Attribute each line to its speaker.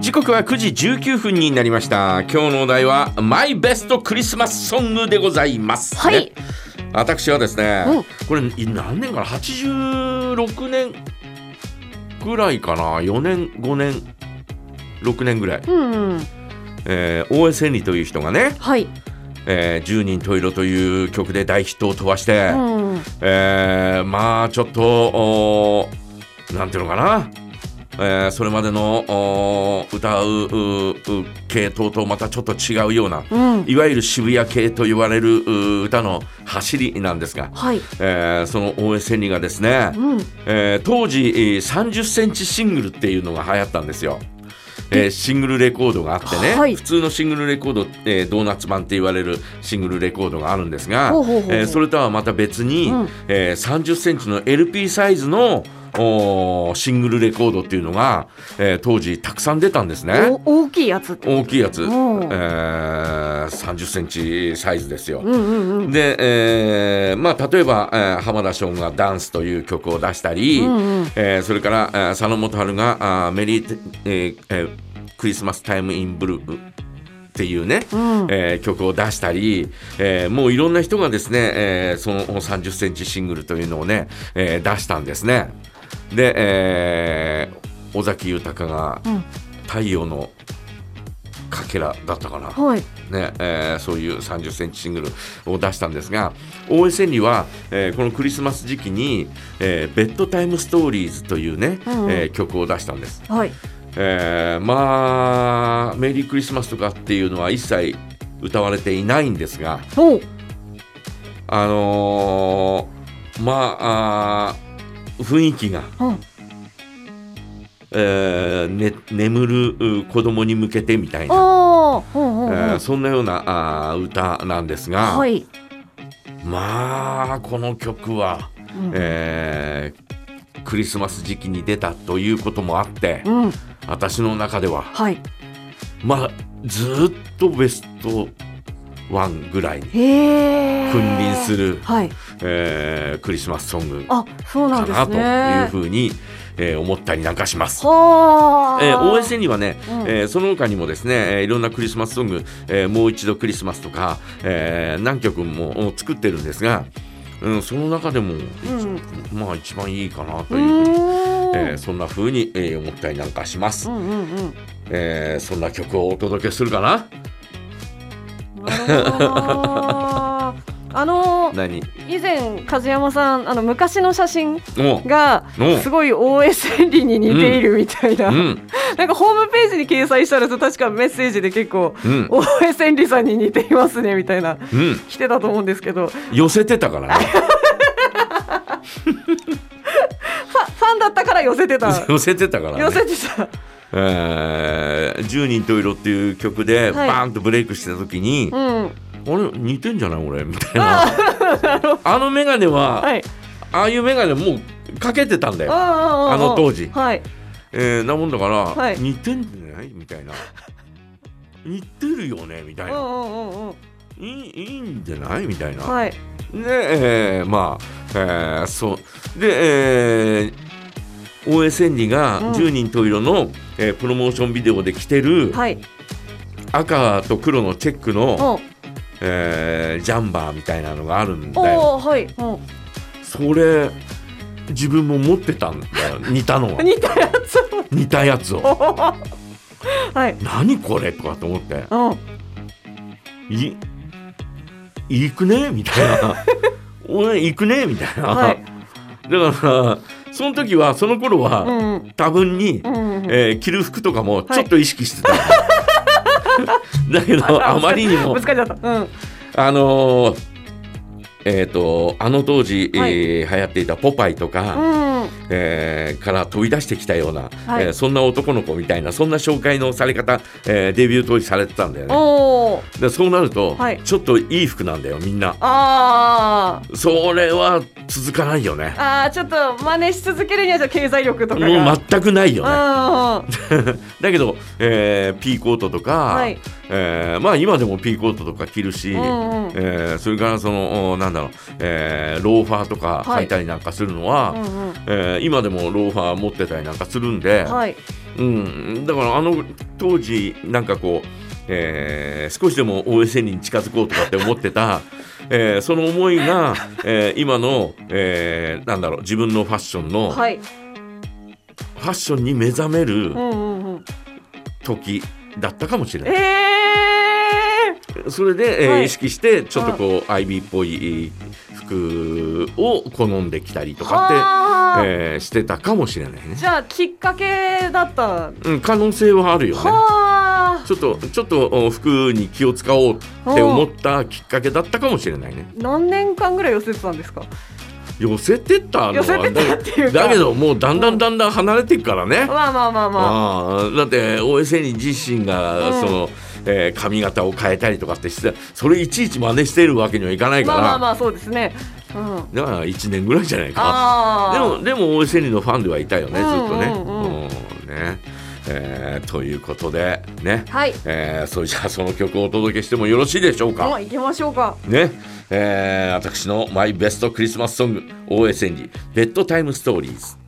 Speaker 1: 時刻は9時19分になりました今日のお題はマイベストクリスマスソングでございます、ね
Speaker 2: はい
Speaker 1: 私はですね、
Speaker 2: うん
Speaker 1: これい何年かな86年ぐらいかな4年5年6年ぐらい、
Speaker 2: うん。
Speaker 1: えー、大江千里という人がね
Speaker 2: はい。
Speaker 1: 「えー、10人十色」という曲で大ヒットを飛ばして、
Speaker 2: うん。
Speaker 1: えーまあちょっとおーなんていうのかな、えーそれまでのおー歌ううう系統とまたちょっと違うような
Speaker 2: うん。
Speaker 1: いわゆる渋谷系と言われるう歌の走りなんですが、
Speaker 2: はい。
Speaker 1: えーその大江千里がですね、
Speaker 2: うん。
Speaker 1: えー当時3 0ンチシングルっていうのが流行ったんですよ。えーシングルレコードがあってね、
Speaker 2: はい
Speaker 1: 普通のシングルレコード、えードーナツ版って言われるシングルレコードがあるんですが
Speaker 2: ほうほうほうほう
Speaker 1: えーそれとはまた別に、
Speaker 2: うん
Speaker 1: え3 0ンチの LP サイズのおーシングルレコードっていうのが、えー当時たくさん出たんですね。
Speaker 2: お大きいやつって。
Speaker 1: 大きいやつ、え
Speaker 2: うん
Speaker 1: 3 0ンチサイズですよ。
Speaker 2: うんうんうん。
Speaker 1: で、えーまあ、例えば、えー浜田翔が「ダンス」という曲を出したり、
Speaker 2: うんうん
Speaker 1: えーそれから、えー佐野元春があー「メリー、えーえークリスマスタイム・イン・ブルー」っていうね、
Speaker 2: うん
Speaker 1: えー曲を出したり、えーもういろんな人がですね、えーその3 0ンチシングルというのをね、えー出したんですね。で、えー尾崎豊が
Speaker 2: うん
Speaker 1: 「太陽のかけら」だったかな。
Speaker 2: はい。
Speaker 1: ねえーそういう3 0ンチシングルを出したんですが大江千里は、えーこのクリスマス時期に「えーベッドタイムストーリーズ」というね、
Speaker 2: うんうん
Speaker 1: えー曲を出したんです、
Speaker 2: はい。
Speaker 1: えーまあメリークリスマスとかっていうのは一切歌われていないんですが
Speaker 2: おう。
Speaker 1: あのーまああー雰囲気が、
Speaker 2: うん。
Speaker 1: えーね、眠るう子供に向けてみたいな、
Speaker 2: ああ。うんう
Speaker 1: え
Speaker 2: んう
Speaker 1: ー
Speaker 2: ん。
Speaker 1: そんなようなあー歌なんですが。
Speaker 2: はい。
Speaker 1: まあこの曲は、
Speaker 2: うん
Speaker 1: えークリスマス時期に出たということもあって、
Speaker 2: うん。
Speaker 1: 私の中では
Speaker 2: はい。
Speaker 1: まあずーっとベストワンぐらいに
Speaker 2: へえ。
Speaker 1: 君臨する、
Speaker 2: はい。
Speaker 1: えークリスマスソングか
Speaker 2: あ、そうなんです
Speaker 1: なという
Speaker 2: ね。
Speaker 1: ふうに、えー思ったりなんかします。
Speaker 2: はあ。
Speaker 1: えー、応援戦にはね、
Speaker 2: うん
Speaker 1: えーその他にもですね、えーいろんなクリスマスソング、えーもう一度クリスマスとか、えー何曲も作ってるんですが、うん、その中でも、
Speaker 2: ん
Speaker 1: まあ一番いいかなと
Speaker 2: う
Speaker 1: いう
Speaker 2: ー
Speaker 1: ふうに、
Speaker 2: ん。
Speaker 1: えーそんな風に、えー思ったりなんかします、
Speaker 2: うんうんうん。
Speaker 1: えーそんな曲をお届けするかな
Speaker 2: なるほどな。 あの
Speaker 1: 何
Speaker 2: 以前梶山さんあの昔の写真
Speaker 1: も
Speaker 2: が
Speaker 1: うん
Speaker 2: すごい OS 理に似ているみたいな、
Speaker 1: ううん
Speaker 2: なんかホームページに掲載したら確かメッセージで結構
Speaker 1: うん
Speaker 2: OS エンリさんに似ていますねみたいな
Speaker 1: うん
Speaker 2: 来てたと思うんですけどフ
Speaker 1: 寄せてた からね
Speaker 2: ァファンだったから寄せて た
Speaker 1: 寄せてたからね
Speaker 2: 寄せてた
Speaker 1: えー、10人十色っていう曲で
Speaker 2: はい
Speaker 1: バーンとブレイクしてた時に、
Speaker 2: うん
Speaker 1: あれ似てんじゃない俺みたいなあの眼鏡は、
Speaker 2: はい
Speaker 1: ああいう眼鏡もうかけてたんだよ、
Speaker 2: あ
Speaker 1: あの当時
Speaker 2: はい
Speaker 1: えー、なもんだから、
Speaker 2: はい
Speaker 1: 似てんじゃないみたいな似てるよねみた
Speaker 2: う
Speaker 1: い
Speaker 2: んう
Speaker 1: な、
Speaker 2: んうんうん
Speaker 1: いいいいんじゃないみたいな、
Speaker 2: はい
Speaker 1: ねえーまあ、えーそうで、えー大江千里が
Speaker 2: うん
Speaker 1: 10人十色の、えープロモーションビデオで着てる
Speaker 2: はい
Speaker 1: 赤と黒のチェックの、
Speaker 2: お
Speaker 1: えージャンバーみたいなのがあるんだよ
Speaker 2: おーはいお
Speaker 1: それ自分も持ってたんだ よ似たのを
Speaker 2: 似たやつ
Speaker 1: 似たやつを
Speaker 2: はい
Speaker 1: 何これとかと思って
Speaker 2: うん
Speaker 1: い行くねみた いな俺行くねみたいな、
Speaker 2: はい
Speaker 1: だからその時はその頃は、
Speaker 2: うん
Speaker 1: 多分に、
Speaker 2: うんうん
Speaker 1: えー着る服とかも
Speaker 2: はい
Speaker 1: ちょっと意識して た、だけどあまりにも
Speaker 2: ぶつかっちゃったうん
Speaker 1: あのーえー、とあの当時、えー流行っていた「ポパイ」とか、
Speaker 2: うん
Speaker 1: えーから飛び出してきたような、
Speaker 2: はい
Speaker 1: えーそんな男の子みたいなそんな紹介のされ方、えーデビュー当時されてたんだよね
Speaker 2: おお
Speaker 1: でそうなると、
Speaker 2: はい
Speaker 1: ちょっといい服なんだよみんな
Speaker 2: あー
Speaker 1: それは続かないよね
Speaker 2: あーちょっと真似し続けるにはじゃあ経済力とかが
Speaker 1: もう全くないよね
Speaker 2: うん
Speaker 1: だけど、えーピーコートとか、
Speaker 2: はい
Speaker 1: えーまあ今でもピーコートとか着るし、
Speaker 2: うんうん
Speaker 1: えーそれからそのおなんだろう、えーローファーとか履いたりなんかするのは、
Speaker 2: うんうん
Speaker 1: えー今でもローファー持ってたりなんかするんで、
Speaker 2: はい
Speaker 1: うん、だからあの当時なんかこう、えー少しでも OSN に近づこうとかって思ってた、 えーその思いが、えー今の、えーなんだろう自分のファッションの、
Speaker 2: はい。
Speaker 1: ファッションに目覚める
Speaker 2: うんうんうん。
Speaker 1: 時だったかもしれ
Speaker 2: え
Speaker 1: ない。
Speaker 2: え
Speaker 1: それで、えー
Speaker 2: はい
Speaker 1: 意識してちょっとこう IB っぽい服を好んできたりと
Speaker 2: ー。
Speaker 1: かっ
Speaker 2: は
Speaker 1: て、
Speaker 2: ー
Speaker 1: えーしてたかもしれないね。
Speaker 2: じゃあきっかけだった。
Speaker 1: うん、可能性はあるよね。
Speaker 2: はあ。
Speaker 1: ちょっとちょっとお服に気を使おうって思ったきっかけだったかもしれないね。
Speaker 2: 何年間ぐらい寄せてたんですか。
Speaker 1: 寄せてったの
Speaker 2: 寄せ
Speaker 1: は
Speaker 2: てたっていうか。
Speaker 1: だけ。どもうだんだんだんだん離れていくからね。
Speaker 2: まあまあまあまあ。
Speaker 1: ああだって OSN 自身が
Speaker 2: うん
Speaker 1: その、えー髪型を変えたりとかってしてたそれいちいち真似してるわけにはいかないか
Speaker 2: ま
Speaker 1: ら、
Speaker 2: あまあまあそうですね。うん。
Speaker 1: だから1年ぐらいじゃないか
Speaker 2: ああ。
Speaker 1: でもでも OSN のファンではいたよねずっとね。
Speaker 2: うんうんうん
Speaker 1: うんねえーということでね、
Speaker 2: はい。
Speaker 1: えーそれじゃあその曲をお届けしてもよろしいでしょうか
Speaker 2: まあ行きましょうか。
Speaker 1: ね、えー私のマイベストクリスマスソング OSN ベッドタイムストーリーズ